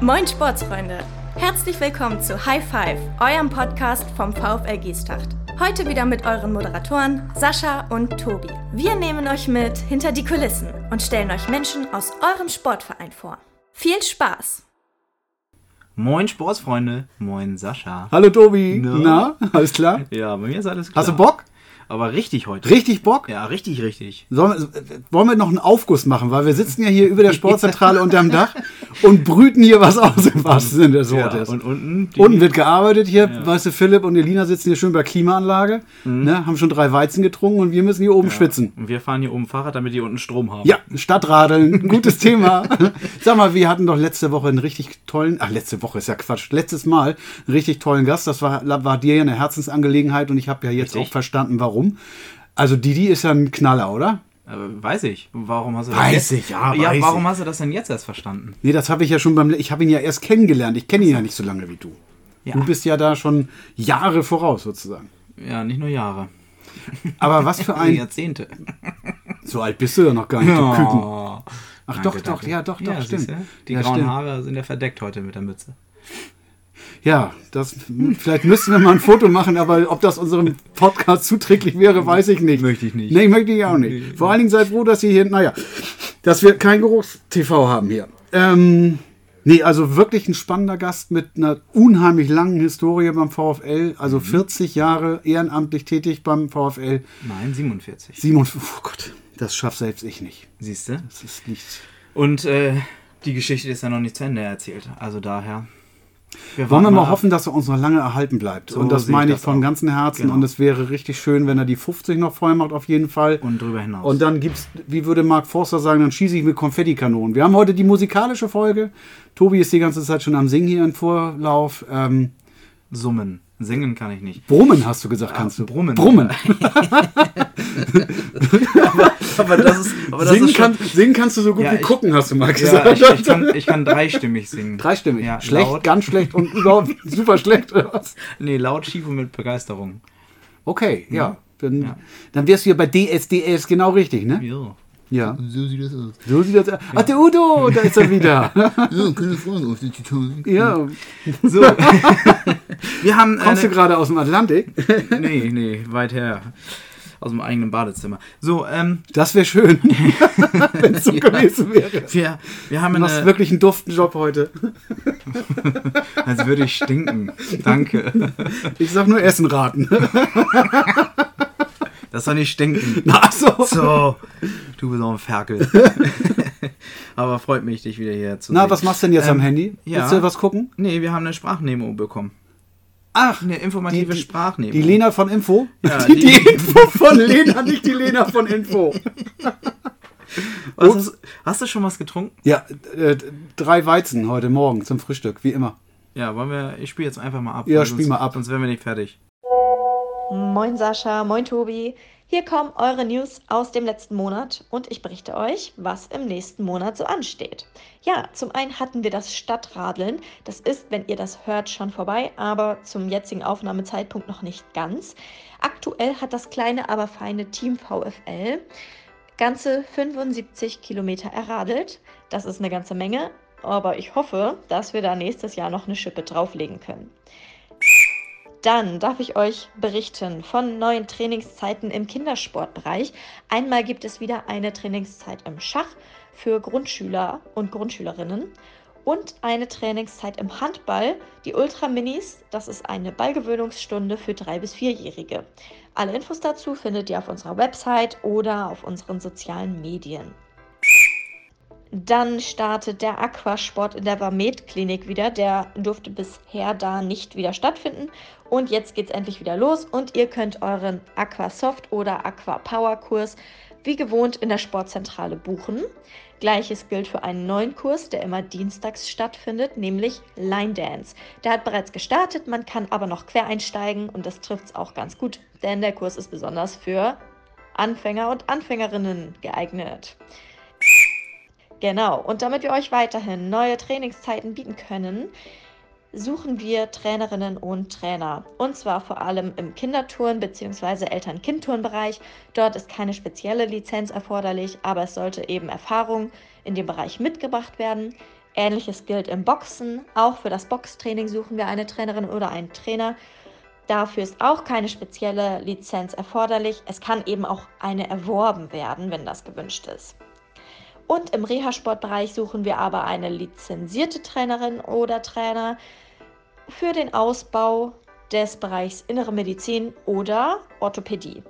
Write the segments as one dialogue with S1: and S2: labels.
S1: Moin Sportsfreunde! Herzlich willkommen zu High Five, eurem Podcast vom VfL Giestacht. Heute wieder mit euren Moderatoren Sascha und Tobi. Wir nehmen euch mit hinter die Kulissen und stellen euch Menschen aus eurem Sportverein vor. Viel Spaß!
S2: Moin Sportsfreunde, moin Sascha.
S3: Hallo Tobi.
S2: Na?
S3: Na, alles klar?
S2: Ja, bei mir ist alles klar.
S3: Hast du Bock?
S2: Aber richtig heute.
S3: Richtig Bock?
S2: Ja, richtig, richtig.
S3: Sollen, wir- wollen wir noch einen Aufguss machen, weil wir sitzen ja hier über der Sportzentrale unterm Dach und brüten hier was aus im wahrsten Sinne des Wortes.
S2: und unten? die-
S3: Unten wird gearbeitet hier, weißt du, Philipp und Elina sitzen hier schön bei Klimaanlage,
S2: Mhm.
S3: ne, haben schon drei Weizen getrunken und wir müssen hier oben schwitzen.
S2: Und wir fahren hier oben Fahrrad, damit die unten Strom haben.
S3: Ja, Stadtradeln, gutes Thema. Sag mal, wir hatten doch letzte Woche einen richtig tollen, ach, letzte Woche ist ja Quatsch, letztes Mal einen richtig tollen Gast. Das war, war dir ja eine Herzensangelegenheit und ich habe ja jetzt
S2: Richtig.
S3: auch verstanden, warum. Also Didi ist ja ein Knaller, oder?
S2: Aber Äh, weiß ich. Warum hast du
S3: Weiß
S2: das
S3: ich, ja,
S2: Ja,
S3: weiß
S2: warum
S3: ich.
S2: hast du das denn jetzt erst verstanden?
S3: Nee, das habe ich ja schon beim, ich habe ihn ja erst kennengelernt. Ich kenne ihn ja nicht so lange wie du.
S2: Ja.
S3: Du bist ja da schon Jahre voraus sozusagen.
S2: Ja, nicht nur Jahre.
S3: Aber was für ein,
S2: Jahrzehnte.
S3: so alt bist du ja noch gar nicht, du Küken.
S2: Oh.
S3: Ach
S2: Danke,
S3: doch,
S2: danke.
S3: doch, ja, doch, doch, stimmt.
S2: siehste? Die
S3: ja,
S2: grauen
S3: stimmt.
S2: Haare sind ja verdeckt heute mit der Mütze.
S3: Ja, das, vielleicht müssten wir mal ein Foto machen, aber ob das unserem Podcast zuträglich wäre, weiß ich nicht.
S2: Möchte ich nicht.
S3: Nee, möchte ich auch nicht. Vor allen Dingen seid froh, dass ihr hier, naja, dass wir kein Geruchstv haben hier. Ähm, nee, also wirklich ein spannender Gast mit einer unheimlich langen Historie beim VfL, also 40 Jahre ehrenamtlich tätig beim VfL.
S2: Nein, 47.
S3: Simon, oh Gott, das schafft selbst ich nicht.
S2: Siehst du?
S3: Das ist nicht.
S2: Und äh, die Geschichte ist ja noch nicht zu Ende erzählt. Also daher.
S3: Wollen wir
S2: warten
S3: mal hoffen, dass er uns noch lange erhalten bleibt. und das
S2: sehe ich
S3: meine ich
S2: das
S3: von
S2: auch.
S3: ganzem Herzen.
S2: Genau.
S3: Und es wäre richtig schön, wenn er die 50 noch voll macht, auf jeden Fall.
S2: ab. Und drüber hinaus.
S3: Und dann gibt's, wie würde Mark Forster sagen, dann schieße ich mit Konfettikanonen. Wir haben heute die musikalische Folge. Tobi ist die ganze Zeit schon am Singen hier im Vorlauf. Ähm,
S2: Summen. Singen kann ich nicht.
S3: Brummen hast du gesagt, kannst du.
S2: Brummen.
S3: Brummen.
S2: Aber das ist, aber das
S3: singen,
S2: ist schon,
S3: kann, singen kannst du so gut
S2: Ja,
S3: wie
S2: ich-
S3: gucken, hast du mal gesagt.
S2: ja, ich, ich, kann, ich kann dreistimmig singen.
S3: Dreistimmig.
S2: Ja,
S3: schlecht,
S2: laut,
S3: ganz schlecht und überhaupt super schlecht. oder was?
S2: nee, laut, schief und mit Begeisterung.
S3: Okay, ja. Dann,
S2: Ja.
S3: dann wärst du ja bei DSDS genau richtig, ne?
S2: Ja.
S3: Ja.
S4: So sieht das aus.
S3: So sieht das aus. Ach, der Udo, da ist er wieder.
S4: Ja, keine Frage auf die Titanic.
S3: ja.
S2: So. Wir haben. äh,
S3: Kommst du
S2: ne-
S3: gerade aus dem Atlantik?
S2: nee, nee, weit her. Aus dem eigenen Badezimmer. So, ähm,
S3: Das wäre schön, wenn es so gewesen wäre.
S2: wir, wir haben
S3: Du machst
S2: eine.
S3: wirklich einen duften Job heute.
S2: Als würde ich stinken. Danke.
S3: Ich sag nur Essen raten.
S2: Das soll nicht stinken.
S3: Ach so.
S2: So, du bist auch ein Ferkel. Aber freut mich, dich wieder hier zu
S3: Na,
S2: sehen.
S3: was machst du denn jetzt
S2: Ähm,
S3: am Handy?
S2: ja.
S3: Willst du was gucken?
S2: Nee, wir haben eine Sprachnemo bekommen.
S3: Ach,
S2: Eine informative
S3: Die- die-
S2: Sprachnemo.
S3: die Lena von Info?
S2: Ja,
S3: die,
S2: die-
S3: die, Info von Lena, nicht die Lena von Info.
S2: Was ist, hast du schon was getrunken?
S3: Ja, äh, drei Weizen heute Morgen zum Frühstück, wie immer.
S2: Ja, wollen wir. Ich spiele jetzt einfach mal ab.
S3: Ja,
S2: weil
S3: spiel
S2: sonst,
S3: mal ab.
S2: Sonst wären wir nicht fertig.
S5: Moin Sascha, moin Tobi. Hier kommen eure News aus dem letzten Monat und ich berichte euch, was im nächsten Monat so ansteht. Ja, zum einen hatten wir das Stadtradeln. Das ist, wenn ihr das hört, schon vorbei, aber zum jetzigen Aufnahmezeitpunkt noch nicht ganz. Aktuell hat das kleine, aber feine Team VfL ganze 75 Kilometer erradelt. Das ist eine ganze Menge, aber ich hoffe, dass wir da nächstes Jahr noch eine Schippe drauflegen können. Dann darf ich euch berichten von neuen Trainingszeiten im Kindersportbereich. Einmal gibt es wieder eine Trainingszeit im Schach für Grundschüler und Grundschülerinnen und eine Trainingszeit im Handball, die Ultraminis. Das ist eine Ballgewöhnungsstunde für drei bis vierjährige. Alle Infos dazu findet ihr auf unserer Website oder auf unseren sozialen Medien. Dann startet der Aquasport in der Vermed-Klinik wieder. Der durfte bisher da nicht wieder stattfinden. Und jetzt geht's endlich wieder los und ihr könnt euren Aquasoft oder Aquapower-Kurs wie gewohnt in der Sportzentrale buchen. Gleiches gilt für einen neuen Kurs, der immer dienstags stattfindet, nämlich Line Dance. Der hat bereits gestartet, man kann aber noch quer einsteigen und das trifft's auch ganz gut, denn der Kurs ist besonders für Anfänger und Anfängerinnen geeignet. Genau, und damit wir euch weiterhin neue Trainingszeiten bieten können, suchen wir Trainerinnen und Trainer. Und zwar vor allem im Kindertouren- bzw. Eltern-Kind-Touren-Bereich. Dort ist keine spezielle Lizenz erforderlich, aber es sollte eben Erfahrung in dem Bereich mitgebracht werden. Ähnliches gilt im Boxen. Auch für das Boxtraining suchen wir eine Trainerin oder einen Trainer. Dafür ist auch keine spezielle Lizenz erforderlich. Es kann eben auch eine erworben werden, wenn das gewünscht ist. Und im Reha-Sportbereich suchen wir aber eine lizenzierte Trainerin oder Trainer für den Ausbau des Bereichs Innere Medizin oder Orthopädie.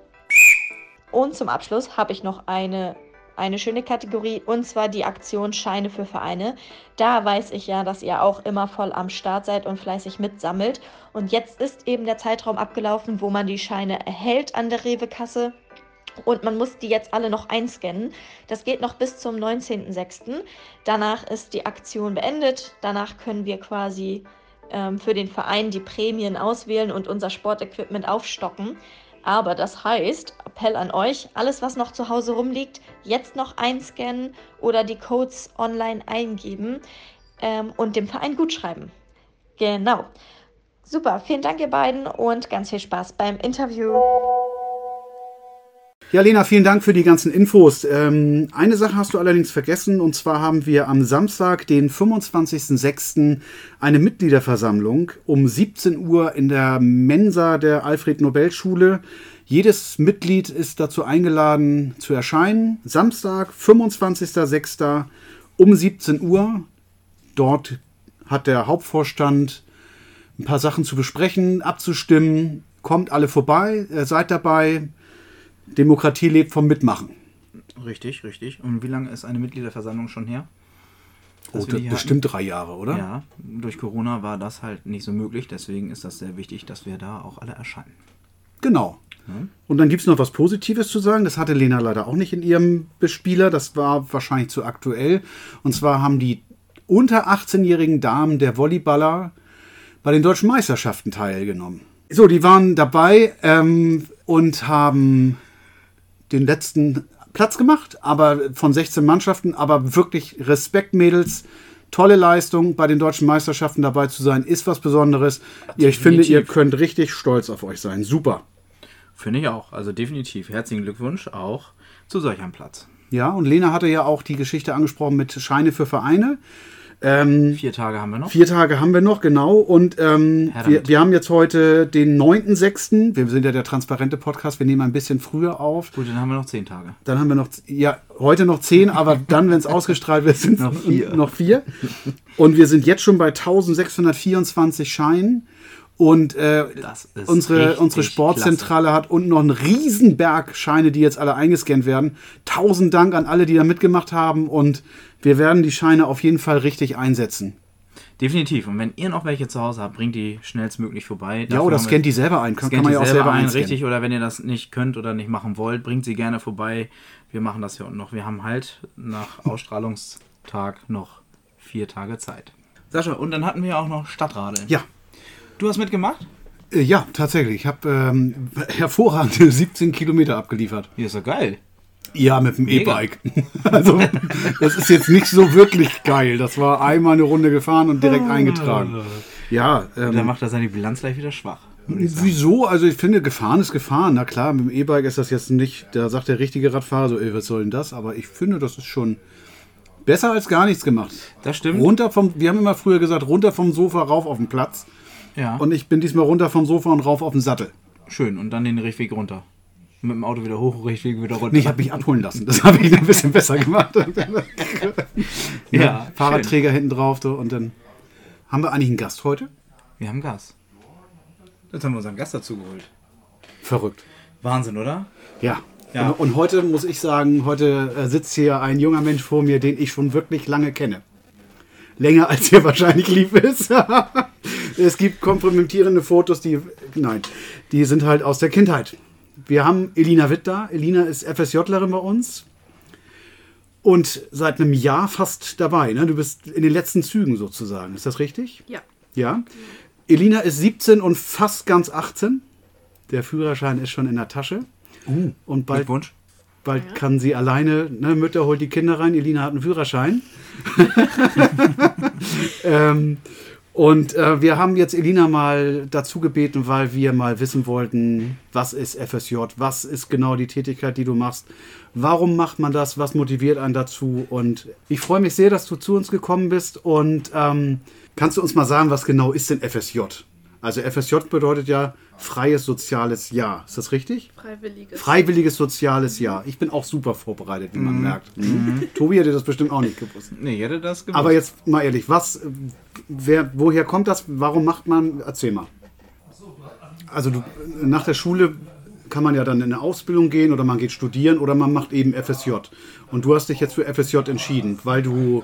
S5: Und zum Abschluss habe ich noch eine, eine schöne Kategorie und zwar die Aktion Scheine für Vereine. Da weiß ich ja, dass ihr auch immer voll am Start seid und fleißig mitsammelt. Und jetzt ist eben der Zeitraum abgelaufen, wo man die Scheine erhält an der Rewe-Kasse. Und man muss die jetzt alle noch einscannen. Das geht noch bis zum 19.06. Danach ist die Aktion beendet. Danach können wir quasi ähm, für den Verein die Prämien auswählen und unser Sportequipment aufstocken. Aber das heißt, Appell an euch, alles was noch zu Hause rumliegt, jetzt noch einscannen oder die Codes online eingeben ähm, und dem Verein gutschreiben. Genau. Super, vielen Dank ihr beiden und ganz viel Spaß beim Interview.
S3: Ja, Lena, vielen Dank für die ganzen Infos. Ähm, eine Sache hast du allerdings vergessen, und zwar haben wir am Samstag, den 25.06., eine Mitgliederversammlung um 17 Uhr in der Mensa der Alfred-Nobel-Schule. Jedes Mitglied ist dazu eingeladen zu erscheinen. Samstag, 25.06. um 17 Uhr. Dort hat der Hauptvorstand ein paar Sachen zu besprechen, abzustimmen. Kommt alle vorbei, äh, seid dabei. Demokratie lebt vom Mitmachen.
S2: Richtig, richtig. Und wie lange ist eine Mitgliederversammlung schon her?
S3: Oh,
S2: Dass wir
S3: das
S2: die
S3: bestimmt drei Jahre, oder?
S2: hatten? Ja, durch Corona war das halt nicht so möglich. Deswegen ist das sehr wichtig, dass wir da auch alle erscheinen.
S3: Genau. Und dann gibt es noch was Positives zu sagen. Das hatte Lena leider auch nicht in ihrem Bespieler. Das war wahrscheinlich zu aktuell. Und zwar haben die unter 18-jährigen Damen der Volleyballer bei den deutschen Meisterschaften teilgenommen. So, die waren dabei ähm, und haben den letzten Platz gemacht, aber von 16 Mannschaften, aber wirklich Respekt, Mädels. Tolle Leistung, bei den deutschen Meisterschaften dabei zu sein, ist was Besonderes. Ich finde, ihr
S2: Definitiv.
S3: könnt richtig stolz auf euch sein. Super.
S2: Finde ich auch. Also definitiv. Herzlichen Glückwunsch auch zu solch einem Platz.
S3: Ja, und Lena hatte ja auch die Geschichte angesprochen mit Scheine für Vereine. Ähm,
S2: Vier Tage haben wir noch.
S3: vier Tage haben wir noch, genau. Und ähm,
S2: Her
S3: wir,
S2: damit.
S3: wir haben jetzt heute den 9.6. Wir sind ja der transparente Podcast, wir nehmen ein bisschen früher auf.
S2: Gut, dann haben wir noch zehn Tage.
S3: Dann haben wir noch, ja, heute noch zehn, aber dann, wenn es ausgestrahlt wird, sind es
S2: Noch vier.
S3: noch vier. Und wir sind jetzt schon bei 1624 Scheinen. Und äh,
S2: Das ist
S3: unsere,
S2: richtig
S3: unsere Sportzentrale hat unten noch einen Riesenberg Scheine, die jetzt alle eingescannt werden. Tausend Dank an alle, die da mitgemacht haben. Und wir werden die Scheine auf jeden Fall richtig einsetzen.
S2: Definitiv. Und wenn ihr noch welche zu Hause habt, bringt die schnellstmöglich vorbei.
S3: Ja,
S2: Dafür
S3: oder
S2: haben wir-
S3: scannt die selber ein. Kann,
S2: Scannt
S3: kann man
S2: die
S3: ja auch
S2: selber,
S3: selber
S2: ein,
S3: einscannen.
S2: richtig. Oder wenn ihr das nicht könnt oder nicht machen wollt, bringt sie gerne vorbei. Wir machen das hier unten noch. Wir haben halt nach Ausstrahlungstag noch vier Tage Zeit. Sascha, und dann hatten wir auch noch Stadtradeln.
S3: Ja,
S2: Du hast mitgemacht?
S3: äh, ja, tatsächlich. Ich habe ähm, hervorragende 17 Kilometer abgeliefert.
S2: Hier ist doch geil.
S3: Ja, mit dem
S2: Mega.
S3: E-Bike. Also, das ist jetzt nicht so wirklich geil. Das war einmal eine Runde gefahren und
S2: Ah.
S3: direkt eingetragen. Ja,
S2: Dann
S3: ähm,
S2: macht er seine Bilanz gleich wieder schwach.
S3: wieso? Also, ich finde, gefahren ist gefahren. Na klar, mit dem E-Bike ist das jetzt nicht, da sagt der richtige Radfahrer so, ey, was soll denn das? Aber ich finde, das ist schon besser als gar nichts gemacht.
S2: Das stimmt.
S3: Runter vom, wir haben immer früher gesagt, runter vom Sofa, rauf auf den Platz.
S2: ja.
S3: Und ich bin diesmal runter vom Sofa und rauf auf den Sattel.
S2: Schön. Und dann den Richtweg runter. Mit dem Auto wieder hoch, Richtweg wieder runter.
S3: Nee, ich habe mich abholen lassen. Das habe ich ein bisschen besser gemacht.
S2: ja,
S3: Ja,
S2: schön.
S3: Fahrradträger hinten drauf so, und dann haben wir eigentlich einen Gast heute.
S2: Wir haben Gas. Jetzt haben wir unseren Gast dazu geholt.
S3: Verrückt.
S2: Wahnsinn, oder?
S3: Ja.
S2: Ja.
S3: Und, und heute muss ich sagen, heute äh, sitzt hier ein junger Mensch vor mir, den ich schon wirklich lange kenne. Länger als hier wahrscheinlich lieb ist. es gibt kompromittierende Fotos, die nein, die sind halt aus der Kindheit. Wir haben Elina Witt da. Elina ist FSJlerin bei uns und seit einem Jahr fast dabei. Ne? Du bist in den letzten Zügen sozusagen. Ist das richtig?
S1: Ja.
S3: Ja. Elina ist 17 und fast ganz 18. Der Führerschein ist schon in der Tasche. und bald,
S2: Glückwunsch.
S3: bald kann sie alleine, ne, Mütter holt die Kinder rein, Elina hat einen Führerschein. ähm, Und äh, wir haben jetzt Elina mal dazu gebeten, weil wir mal wissen wollten, was ist FSJ, was ist genau die Tätigkeit, die du machst, warum macht man das, was motiviert einen dazu. Und ich freue mich sehr, dass du zu uns gekommen bist. Und ähm, kannst du uns mal sagen, was genau ist denn FSJ? Also FSJ bedeutet ja freies soziales Jahr. Ist das richtig?
S6: Freiwilliges.
S3: Freiwilliges soziales Jahr. Ich bin auch super vorbereitet, wie man merkt. Tobi hätte das bestimmt auch nicht gewusst.
S2: Nee, ich hätte das gewusst.
S3: Aber jetzt mal ehrlich, was, äh, wer, woher kommt das? Warum macht man, erzähl mal. Also du, nach der Schule kann man ja dann in eine Ausbildung gehen oder man geht studieren oder man macht eben FSJ. Und du hast dich jetzt für FSJ entschieden, weil du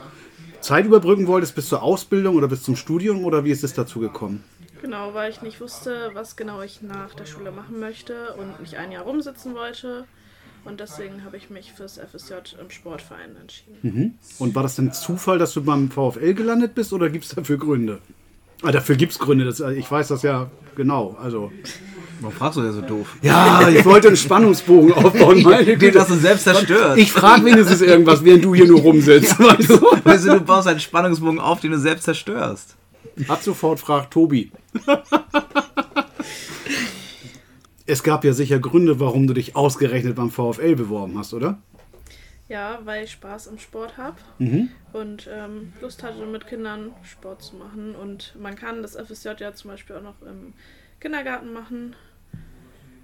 S3: Zeit überbrücken wolltest bis zur Ausbildung oder bis zum Studium oder wie ist es dazu gekommen?
S6: Genau, weil ich nicht wusste, was genau ich nach der Schule machen möchte und nicht ein Jahr rumsitzen wollte. Und deswegen habe ich mich fürs FSJ im Sportverein entschieden.
S3: Hm. Und war das denn Zufall, dass du beim VfL gelandet bist oder gibt es dafür Gründe? Ah, dafür gibt es Gründe, das, ich weiß das ja genau. Also,
S2: Warum fragst du ja so doof?
S3: ja, ich wollte einen Spannungsbogen aufbauen. Meine Güte.
S2: hast du selbst zerstört.
S3: Ich frage wenigstens irgendwas, während du hier nur rumsitzt. Weißt du?
S2: Also, du baust einen Spannungsbogen auf, den du selbst zerstörst.
S3: Ab sofort fragt Tobi. Es gab ja sicher Gründe, warum du dich ausgerechnet beim VfL beworben hast, oder?
S6: Ja, weil ich Spaß am Sport habe
S3: Mhm.
S6: und ähm, Lust hatte, mit Kindern Sport zu machen. Und man kann das FSJ ja zum Beispiel auch noch im Kindergarten machen.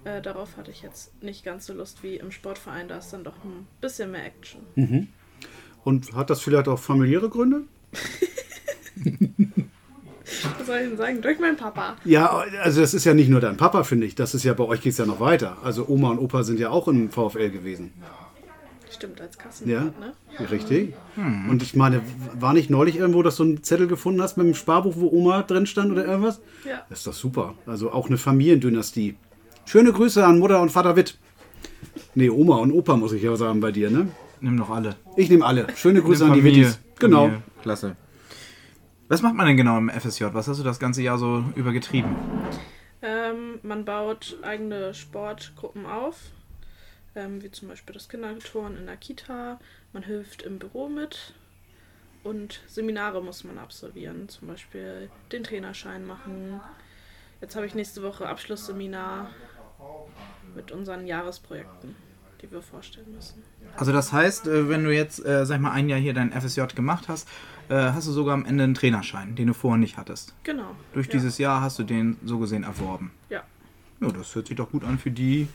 S6: Äh, darauf hatte ich jetzt nicht ganz so Lust wie im Sportverein. Da ist dann doch ein bisschen mehr Action.
S3: Hm. Und hat das vielleicht auch familiäre Gründe?
S6: Was soll ich denn sagen? Durch meinen Papa.
S3: Ja, also das ist ja nicht nur dein Papa, finde ich. Das ist ja bei euch geht es ja noch weiter. Also Oma und Opa sind ja auch im VfL gewesen.
S6: Stimmt, als
S3: Ja,
S6: Kassenwart, ne?
S3: richtig.
S2: Hm.
S3: Und ich meine, war nicht neulich irgendwo, dass du einen Zettel gefunden hast mit einem Sparbuch, wo Oma drin stand oder irgendwas?
S6: Ja.
S3: Das ist doch super. Also auch eine Familiendynastie. Schöne Grüße an Mutter und Vater Witt. Nee, Oma und Opa muss ich ja sagen bei dir, ne?
S2: Nimm doch alle.
S3: Ich nehme alle. Schöne Grüße an die
S2: Familie.
S3: Wittis. Genau.
S2: Familie. Klasse. Was macht man denn genau im FSJ? Was hast du das ganze Jahr so übergetrieben?
S6: Ähm, man baut eigene Sportgruppen auf, ähm, wie zum Beispiel das Kinderturnen in der Kita. Man hilft im Büro mit und Seminare muss man absolvieren, zum Beispiel den Trainerschein machen. Jetzt habe ich nächste Woche Abschlussseminar mit unseren Jahresprojekten, die wir vorstellen müssen.
S2: Also das heißt, äh, wenn du jetzt, äh, sag ich mal, ein Jahr hier dein FSJ gemacht hast, äh, hast du sogar am Ende einen Trainerschein, den du vorher nicht hattest.
S6: Genau.
S2: Durch
S6: ja.
S2: dieses Jahr hast du den so gesehen erworben.
S6: Ja.
S2: Ja, das hört sich doch gut an für die,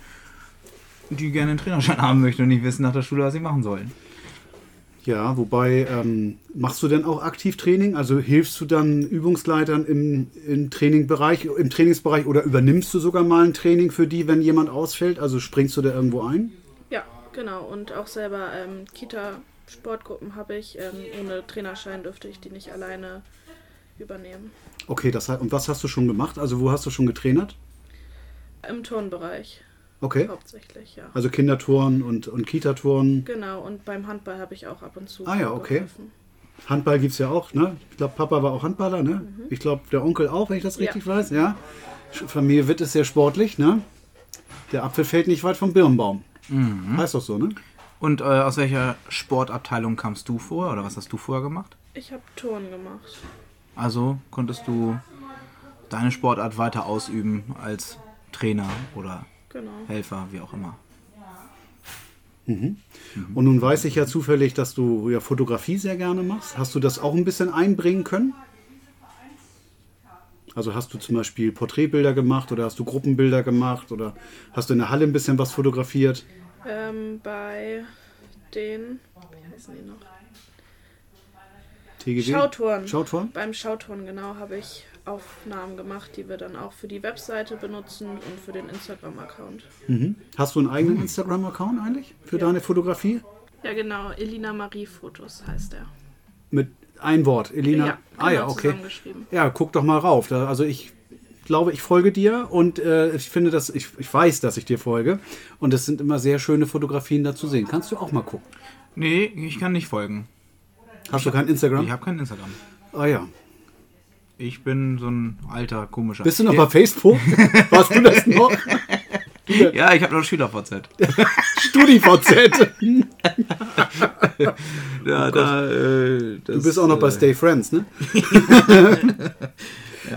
S2: die gerne einen Trainerschein haben möchten und nicht wissen nach der Schule, was sie machen sollen.
S3: Ja, wobei, ähm, machst du denn auch aktiv Training? Also hilfst du dann Übungsleitern im, im, Trainingbereich, im Trainingsbereich oder übernimmst du sogar mal ein Training für die, wenn jemand ausfällt? Also springst du da irgendwo ein?
S6: Ja, genau. Und auch selber ähm, Kita-Sportgruppen habe ich. Ähm, ohne Trainerschein dürfte ich die nicht alleine übernehmen.
S3: Okay, das heißt, und was hast du schon gemacht? Also wo hast du schon getrainert?
S6: Im Turnbereich
S3: Okay.
S6: hauptsächlich, ja.
S3: Also Kindertouren und, und Kitatoren.
S6: Genau, und beim Handball habe ich auch ab und zu.
S3: Ah ja, okay.
S6: geholfen.
S3: Handball gibt es ja auch, ne? Ich glaube, Papa war auch Handballer, ne? Ich glaube, der Onkel auch, wenn ich das
S6: Ja.
S3: richtig weiß, ja. Sch- Familie Witt ist sehr sportlich, ne? Der Apfel fällt nicht weit vom Birnbaum. Heißt doch so, ne?
S2: Und äh, aus welcher Sportabteilung kamst du vor oder was hast du vorher gemacht?
S6: Ich habe Turn gemacht.
S2: Also konntest du deine Sportart weiter ausüben als Trainer oder
S6: Genau.
S2: Helfer, wie auch immer.
S3: Und nun weiß ich ja zufällig, dass du ja Fotografie sehr gerne machst. Hast du das auch ein bisschen einbringen können? Also hast du zum Beispiel Porträtbilder gemacht oder hast du Gruppenbilder gemacht oder hast du in der Halle ein bisschen was fotografiert?
S6: Ähm, bei den. Wie heißen die noch?
S3: TGW?
S6: Schauturn.
S3: Schauturn?
S6: Beim Schauturn, genau, habe ich Aufnahmen gemacht, die wir dann auch für die Webseite benutzen und für den Instagram-Account.
S3: Mhm. Hast du einen eigenen Instagram-Account eigentlich für deine Fotografie?
S6: Ja, genau. Elina Marie Fotos heißt er.
S3: Mit ein Wort, Elina.
S6: Ja,
S3: ah ja,
S6: genau
S3: okay.
S6: zusammengeschrieben.
S3: Ja, guck doch mal rauf. Da, also ich glaube, ich folge dir und äh, ich finde das, ich, ich weiß, dass ich dir folge. Und es sind immer sehr schöne Fotografien da zu sehen. Kannst du auch mal gucken.
S2: Nee, ich kann nicht folgen.
S3: Hast du kein Instagram?
S2: Ich habe kein Instagram.
S3: Ah ja.
S2: Ich bin so ein alter, komischer.
S3: Bist du noch bei Facebook? Warst du das noch?
S2: Ja, ich habe noch SchülerVZ.
S3: StudiVZ.
S2: Ja, da, äh,
S3: oh Du bist auch noch bei Stay Friends, ne?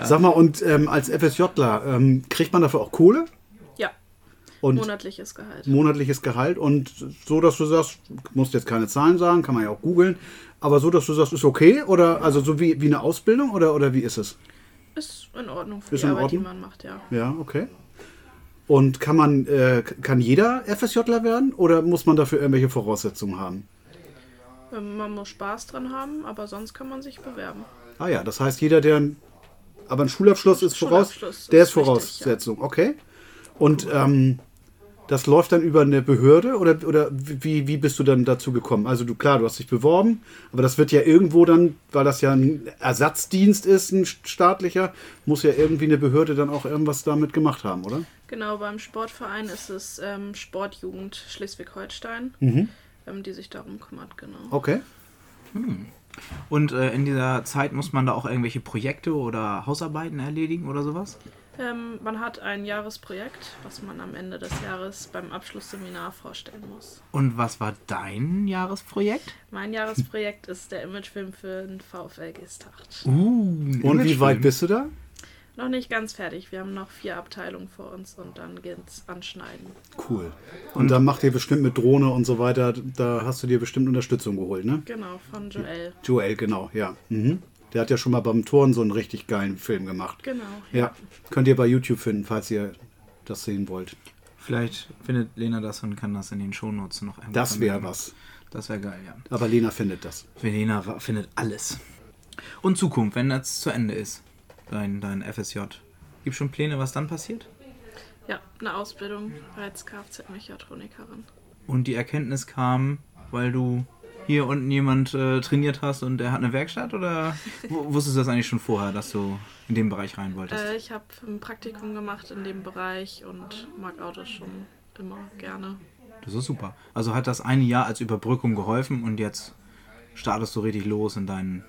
S3: Sag mal, und ähm, als FSJler ähm, kriegt man dafür auch Kohle
S6: Ja,
S3: und
S6: monatliches Gehalt.
S3: monatliches Gehalt und so, dass du sagst, musst jetzt keine Zahlen sagen, kann man ja auch googeln, aber so, dass du sagst, ist okay oder also so wie, wie eine Ausbildung oder, oder wie ist es?
S6: Ist in Ordnung für
S3: Ist
S6: die
S3: in
S6: Arbeit, die
S3: Ordnung?
S6: man macht, ja.
S3: Ja, okay. Und kann man, äh, kann jeder FSJler werden oder muss man dafür irgendwelche Voraussetzungen haben?
S6: Ähm, Man muss Spaß dran haben, aber sonst kann man sich bewerben.
S3: Ah ja, das heißt, jeder, der ein, aber ein Schulabschluss ist voraus,
S6: Schulabschluss ist
S3: der ist
S6: wichtig,
S3: Voraussetzung, okay. Und ähm, das läuft dann über eine Behörde oder, oder wie, wie bist du dann dazu gekommen? Also du klar, du hast dich beworben, aber das wird ja irgendwo dann, weil das ja ein Ersatzdienst ist, ein staatlicher, muss ja irgendwie eine Behörde dann auch irgendwas damit gemacht haben, oder?
S6: Genau, beim Sportverein ist es ähm, Sportjugend Schleswig-Holstein, ähm, die sich darum kümmert, genau.
S3: Okay.
S2: Und äh, in dieser Zeit muss man da auch irgendwelche Projekte oder Hausarbeiten erledigen oder sowas?
S6: Ähm, man hat ein Jahresprojekt, was man am Ende des Jahres beim Abschlussseminar vorstellen muss.
S2: Und was war dein Jahresprojekt?
S6: Mein Jahresprojekt ist der Imagefilm für den VfL Gestacht.
S3: Uh, Und wie weit bist du da?
S6: Noch nicht ganz fertig, wir haben noch vier Abteilungen vor uns und dann geht's anschneiden.
S3: Cool. Und dann macht ihr bestimmt mit Drohne und so weiter, da hast du dir bestimmt Unterstützung geholt, ne?
S6: Genau, von Joel.
S3: Joel, genau, ja. Mhm. Der hat ja schon mal beim Toren so einen richtig geilen Film gemacht.
S6: Genau.
S3: Ja, könnt ihr bei YouTube finden, falls ihr das sehen wollt.
S2: Vielleicht findet Lena das und kann das in den Shownotes noch irgendwo
S3: Das wäre
S2: vermerken.
S3: was.
S2: Das wäre geil, ja.
S3: Aber Lena findet das.
S2: Lena wa- findet alles. Und Zukunft, wenn das zu Ende ist, dein, dein FSJ. Gibt schon Pläne, was dann passiert?
S6: Ja, eine Ausbildung als Kfz-Mechatronikerin.
S2: Und die Erkenntnis kam, weil du hier unten jemand äh, trainiert hast und der hat eine Werkstatt? Oder w- wusstest du das eigentlich schon vorher, dass du in den Bereich rein wolltest?
S6: Äh, ich habe ein Praktikum gemacht in dem Bereich und mag Autos schon immer gerne.
S2: Das ist super. Also hat das eine Jahr als Überbrückung geholfen und jetzt startest du richtig los in dein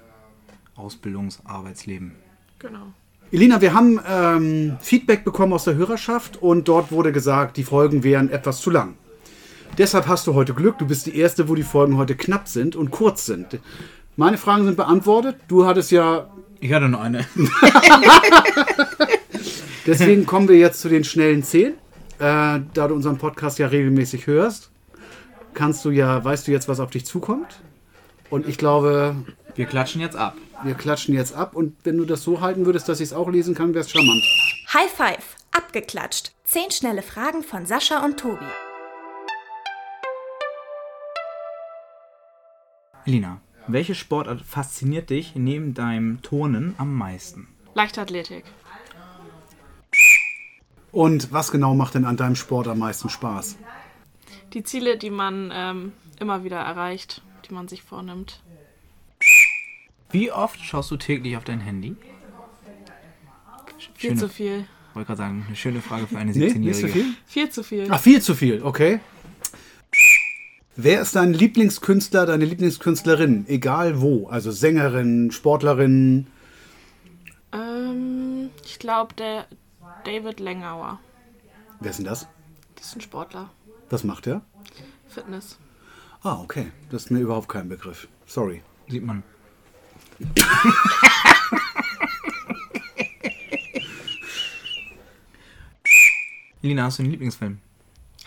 S2: Ausbildungsarbeitsleben.
S6: Genau.
S3: Elina, wir haben ähm, Feedback bekommen aus der Hörerschaft und dort wurde gesagt, die Folgen wären etwas zu lang. Deshalb hast du heute Glück, du bist die Erste, wo die Folgen heute knapp sind und kurz sind. Meine Fragen sind beantwortet. Du hattest ja.
S2: Ich hatte noch eine.
S3: Deswegen kommen wir jetzt zu den schnellen Zehn. Äh, da du unseren Podcast ja regelmäßig hörst, kannst du ja, weißt du jetzt, was auf dich zukommt. Und ich glaube,
S2: Wir klatschen jetzt ab.
S3: Wir klatschen jetzt ab und wenn du das so halten würdest, dass ich es auch lesen kann, wäre es charmant.
S1: High Five, abgeklatscht. Zehn schnelle Fragen von Sascha und Tobi.
S2: Lina, welche Sportart fasziniert dich neben deinem Turnen am meisten?
S6: Leichtathletik.
S3: Und was genau macht denn an deinem Sport am meisten Spaß?
S6: Die Ziele, die man ähm, immer wieder erreicht, die man sich vornimmt.
S2: Wie oft schaust du täglich auf dein Handy?
S6: Viel
S2: Schöne-
S6: zu viel.
S2: Wollte gerade sagen, eine schöne Frage für eine 17-Jährige.
S6: Viel zu viel.
S3: Ach, viel zu viel, okay. Wer ist dein Lieblingskünstler, deine Lieblingskünstlerin? Egal wo, also Sängerin, Sportlerin.
S6: Ähm, ich glaube, der David Lengauer.
S3: Wer ist denn das?
S6: Das ist ein Sportler.
S3: Was macht er?
S6: Fitness.
S3: Ah, okay. Das ist mir überhaupt kein Begriff. Sorry.
S2: Sieht man. Lina, hast du einen Lieblingsfilm?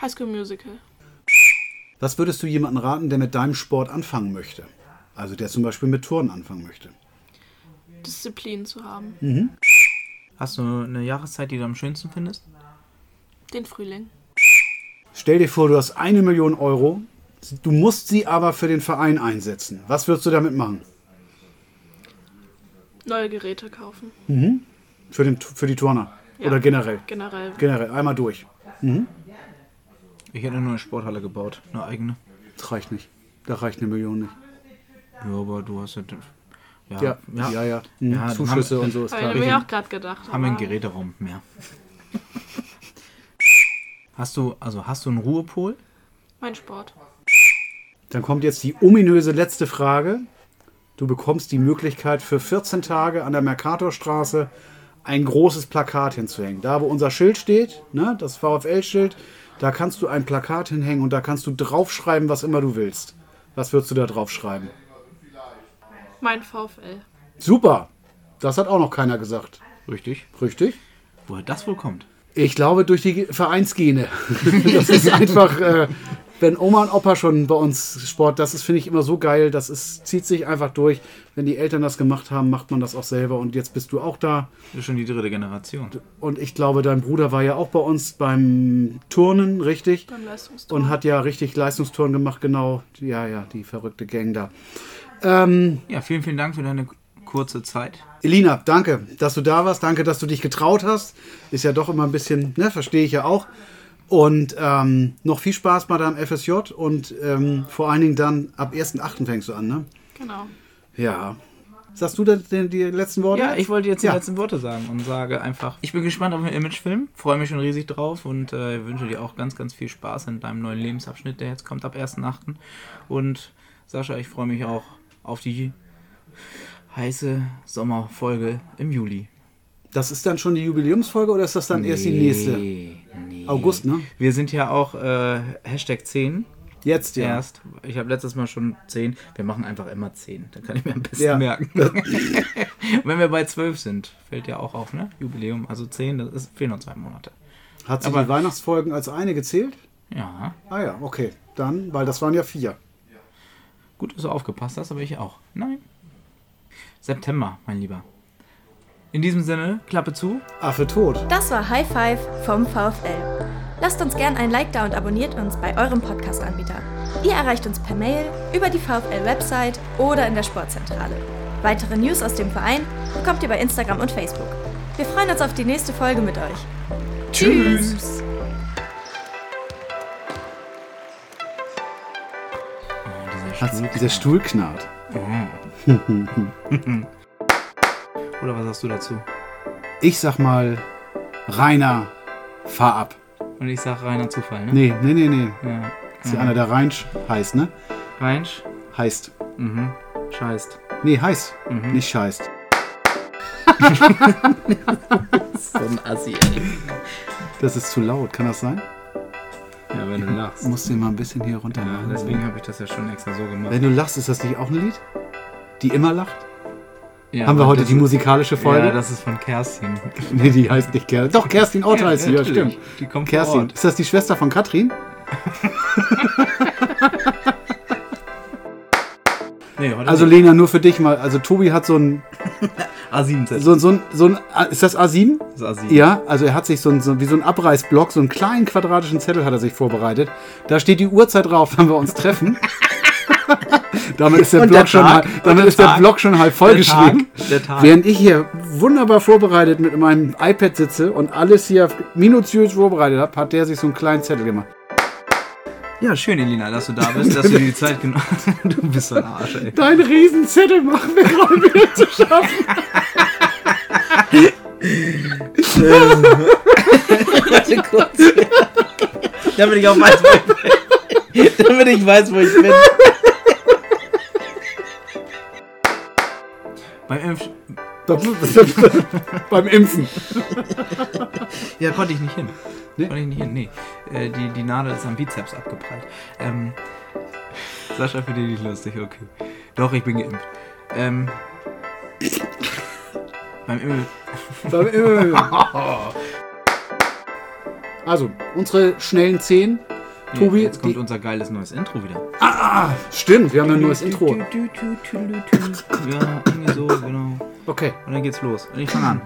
S6: High School Musical.
S3: Was würdest du jemandem raten, der mit deinem Sport anfangen möchte? Also der zum Beispiel mit Touren anfangen möchte.
S6: Disziplin zu haben.
S2: Hast du eine Jahreszeit, die du am schönsten findest?
S6: Den Frühling.
S3: Stell dir vor, du hast eine Million Euro, du musst sie aber für den Verein einsetzen. Was würdest du damit machen?
S6: Neue Geräte kaufen.
S3: Für, den, für die Turner?
S6: Ja.
S3: Oder generell?
S6: Generell.
S3: Generell, einmal durch.
S2: Ich hätte nur eine Sporthalle gebaut, eine eigene.
S3: Das reicht nicht. Da reicht eine Million nicht.
S2: Ja, aber du hast ja. Ja,
S3: Ja, ja, ja. Hm,
S2: Ja, dann
S3: Zuschüsse
S2: haben-
S3: und so ist
S6: Habe ich
S3: klar.
S6: nämlich auch gerade gedacht.
S2: Haben wir einen
S6: aber
S2: Geräteraum mehr. Hast du, also hast du einen Ruhepol?
S6: Mein Sport.
S3: Dann kommt jetzt die ominöse letzte Frage. Du bekommst die Möglichkeit für 14 Tage an der Mercatorstraße ein großes Plakat hinzuhängen. Da, wo unser Schild steht, ne, das VfL-Schild, da kannst du ein Plakat hinhängen und da kannst du draufschreiben, was immer du willst. Was würdest du da draufschreiben?
S6: Mein VfL.
S3: Super! Das hat auch noch keiner gesagt.
S2: Richtig.
S3: Richtig?
S2: Woher das wohl kommt?
S3: Ich glaube, durch die Vereinsgene. das ist einfach, äh, wenn Oma und Opa schon bei uns Sport, das ist, finde ich, immer so geil. Das ist, zieht sich einfach durch. Wenn die Eltern das gemacht haben, macht man das auch selber. Und jetzt bist du auch da.
S2: Das ist schon die dritte Generation.
S3: Und ich glaube, dein Bruder war ja auch bei uns beim Turnen, richtig?
S6: Beim Leistungsturnen.
S3: Und hat ja richtig Leistungsturnen gemacht, genau. Ja, ja, die verrückte Gang da. Ähm,
S2: Ja, vielen, vielen Dank für deine kurze Zeit.
S3: Elina, danke, dass du da warst. Danke, dass du dich getraut hast. Ist ja doch immer ein bisschen, ne, verstehe ich ja auch. Und ähm, noch viel Spaß bei deinem FSJ und ähm, vor allen Dingen dann ab 1.8. fängst du an, ne?
S6: Genau.
S3: Ja. Sagst du denn die, die letzten Worte?
S2: Ja, ich wollte jetzt die
S3: Ja.
S2: letzten Worte sagen und sage einfach, ich bin gespannt auf den Imagefilm, freue mich schon riesig drauf und äh, wünsche dir auch ganz, ganz viel Spaß in deinem neuen Lebensabschnitt, der jetzt kommt ab 1.8. Und Sascha, ich freue mich auch auf die heiße Sommerfolge im Juli.
S3: Das ist dann schon die Jubiläumsfolge oder ist das dann erst die nächste?
S2: Nee.
S3: August, ne?
S2: Wir sind ja auch äh, Hashtag 10
S3: Jetzt ja.
S2: erst. Ich habe letztes Mal schon 10. Wir machen einfach immer 10. Dann kann ich mir am besten
S3: Ja.
S2: merken. Und wenn wir bei 12 sind, fällt ja auch auf, ne? Jubiläum. Also 10, das ist, fehlen noch zwei Monate.
S3: Hat sie
S2: Aber-
S3: die Weihnachtsfolgen als eine gezählt?
S2: Ja.
S3: Ah ja, okay. Dann, weil das waren ja vier.
S2: Gut, dass du aufgepasst hast, aber ich auch. Nein. September, mein Lieber. In diesem Sinne, Klappe zu.
S3: Affe tot.
S1: Das war High Five vom VfL. Lasst uns gern ein Like da und abonniert uns bei eurem Podcast-Anbieter. Ihr erreicht uns per Mail, über die VfL-Website oder in der Sportzentrale. Weitere News aus dem Verein bekommt ihr bei Instagram und Facebook. Wir freuen uns auf die nächste Folge mit euch. Tschüss.
S3: Dieser Stuhl knarrt.
S2: Oder was sagst du dazu?
S3: Ich sag mal, Rainer, fahr ab.
S2: Und ich sage reiner Zufall, ne?
S3: Nee, nee, nee, nee.
S2: Ja.
S3: Ist ja einer, der Reinsch heißt, ne?
S2: Reinsch.
S3: Heißt.
S2: Mhm. Scheißt.
S3: Nee, heißt.
S2: Mhm.
S3: Nicht scheißt.
S2: So ein Assi, ey.
S3: Das ist zu laut, kann das sein?
S2: Ja, wenn du lachst.
S3: Musst du ihn mal ein bisschen hier runter
S2: Ja,
S3: machen.
S2: deswegen habe ich das ja schon extra so gemacht.
S3: Wenn du lachst, ist das nicht auch ein Lied? Die immer lacht?
S2: Ja,
S3: Haben wir
S2: aber
S3: heute
S2: das
S3: die
S2: ist-
S3: musikalische Folge?
S2: Ja, das ist von Kerstin.
S3: nee, die heißt nicht Kerstin. Doch, Kerstin Ott
S2: Oh, Ja,
S3: heißt sie, ja,
S2: natürlich.
S3: stimmt.
S2: Die kommt vor
S3: Kerstin.
S2: Ort.
S3: Ist das die Schwester von Katrin?
S2: Nee, heute
S3: Also Lena, nur für dich mal. Also Tobi hat so ein,
S2: A7 Z.
S3: so, so ein, so ein, ist das A7?
S2: Das ist A7.
S3: Ja, also er hat sich so, ein, so wie so ein Abreißblock, so einen kleinen quadratischen Zettel hat er sich vorbereitet. Da steht die Uhrzeit drauf, wann wir uns treffen. damit ist der
S2: Und
S3: Block
S2: der
S3: schon
S2: Tag.
S3: halb,
S2: Und
S3: damit
S2: der
S3: ist der
S2: Tag.
S3: Block schon halb vollgeschrieben.
S2: Der Tag. Der Tag.
S3: Während ich hier wunderbar vorbereitet mit meinem iPad sitze und alles hier minutiös vorbereitet habe, hat der sich so einen kleinen Zettel gemacht.
S2: Ja, schön, Elina, dass du da bist, dass du dir die Zeit genommen hast. Du bist so ein Arsch, ey.
S3: Dein Riesenzettel machen wir gerade wieder zu schaffen.
S2: Warte kurz. Damit ich auch weiß, wo ich bin. Damit ich weiß, wo ich bin. Beim Impf...
S3: Beim Impfen.
S2: Ja, konnte ich nicht hin.
S3: Nee?
S2: Konnte ich nicht hin, nee. Äh, die, die Nadel ist am Bizeps abgeprallt. Ähm, Sascha, für dich nicht lustig, okay. Doch, ich bin geimpft. Ähm, beim Impf...
S3: Beim Impfen. Also, unsere schnellen 10.
S2: Nee,
S3: Tobi,
S2: jetzt kommt
S3: die-
S2: unser geiles neues Intro wieder.
S3: Stimmt, wir haben ein neues Intro.
S2: Ja, irgendwie so, genau.
S3: Okay.
S2: Und dann geht's los. Und ich fange an.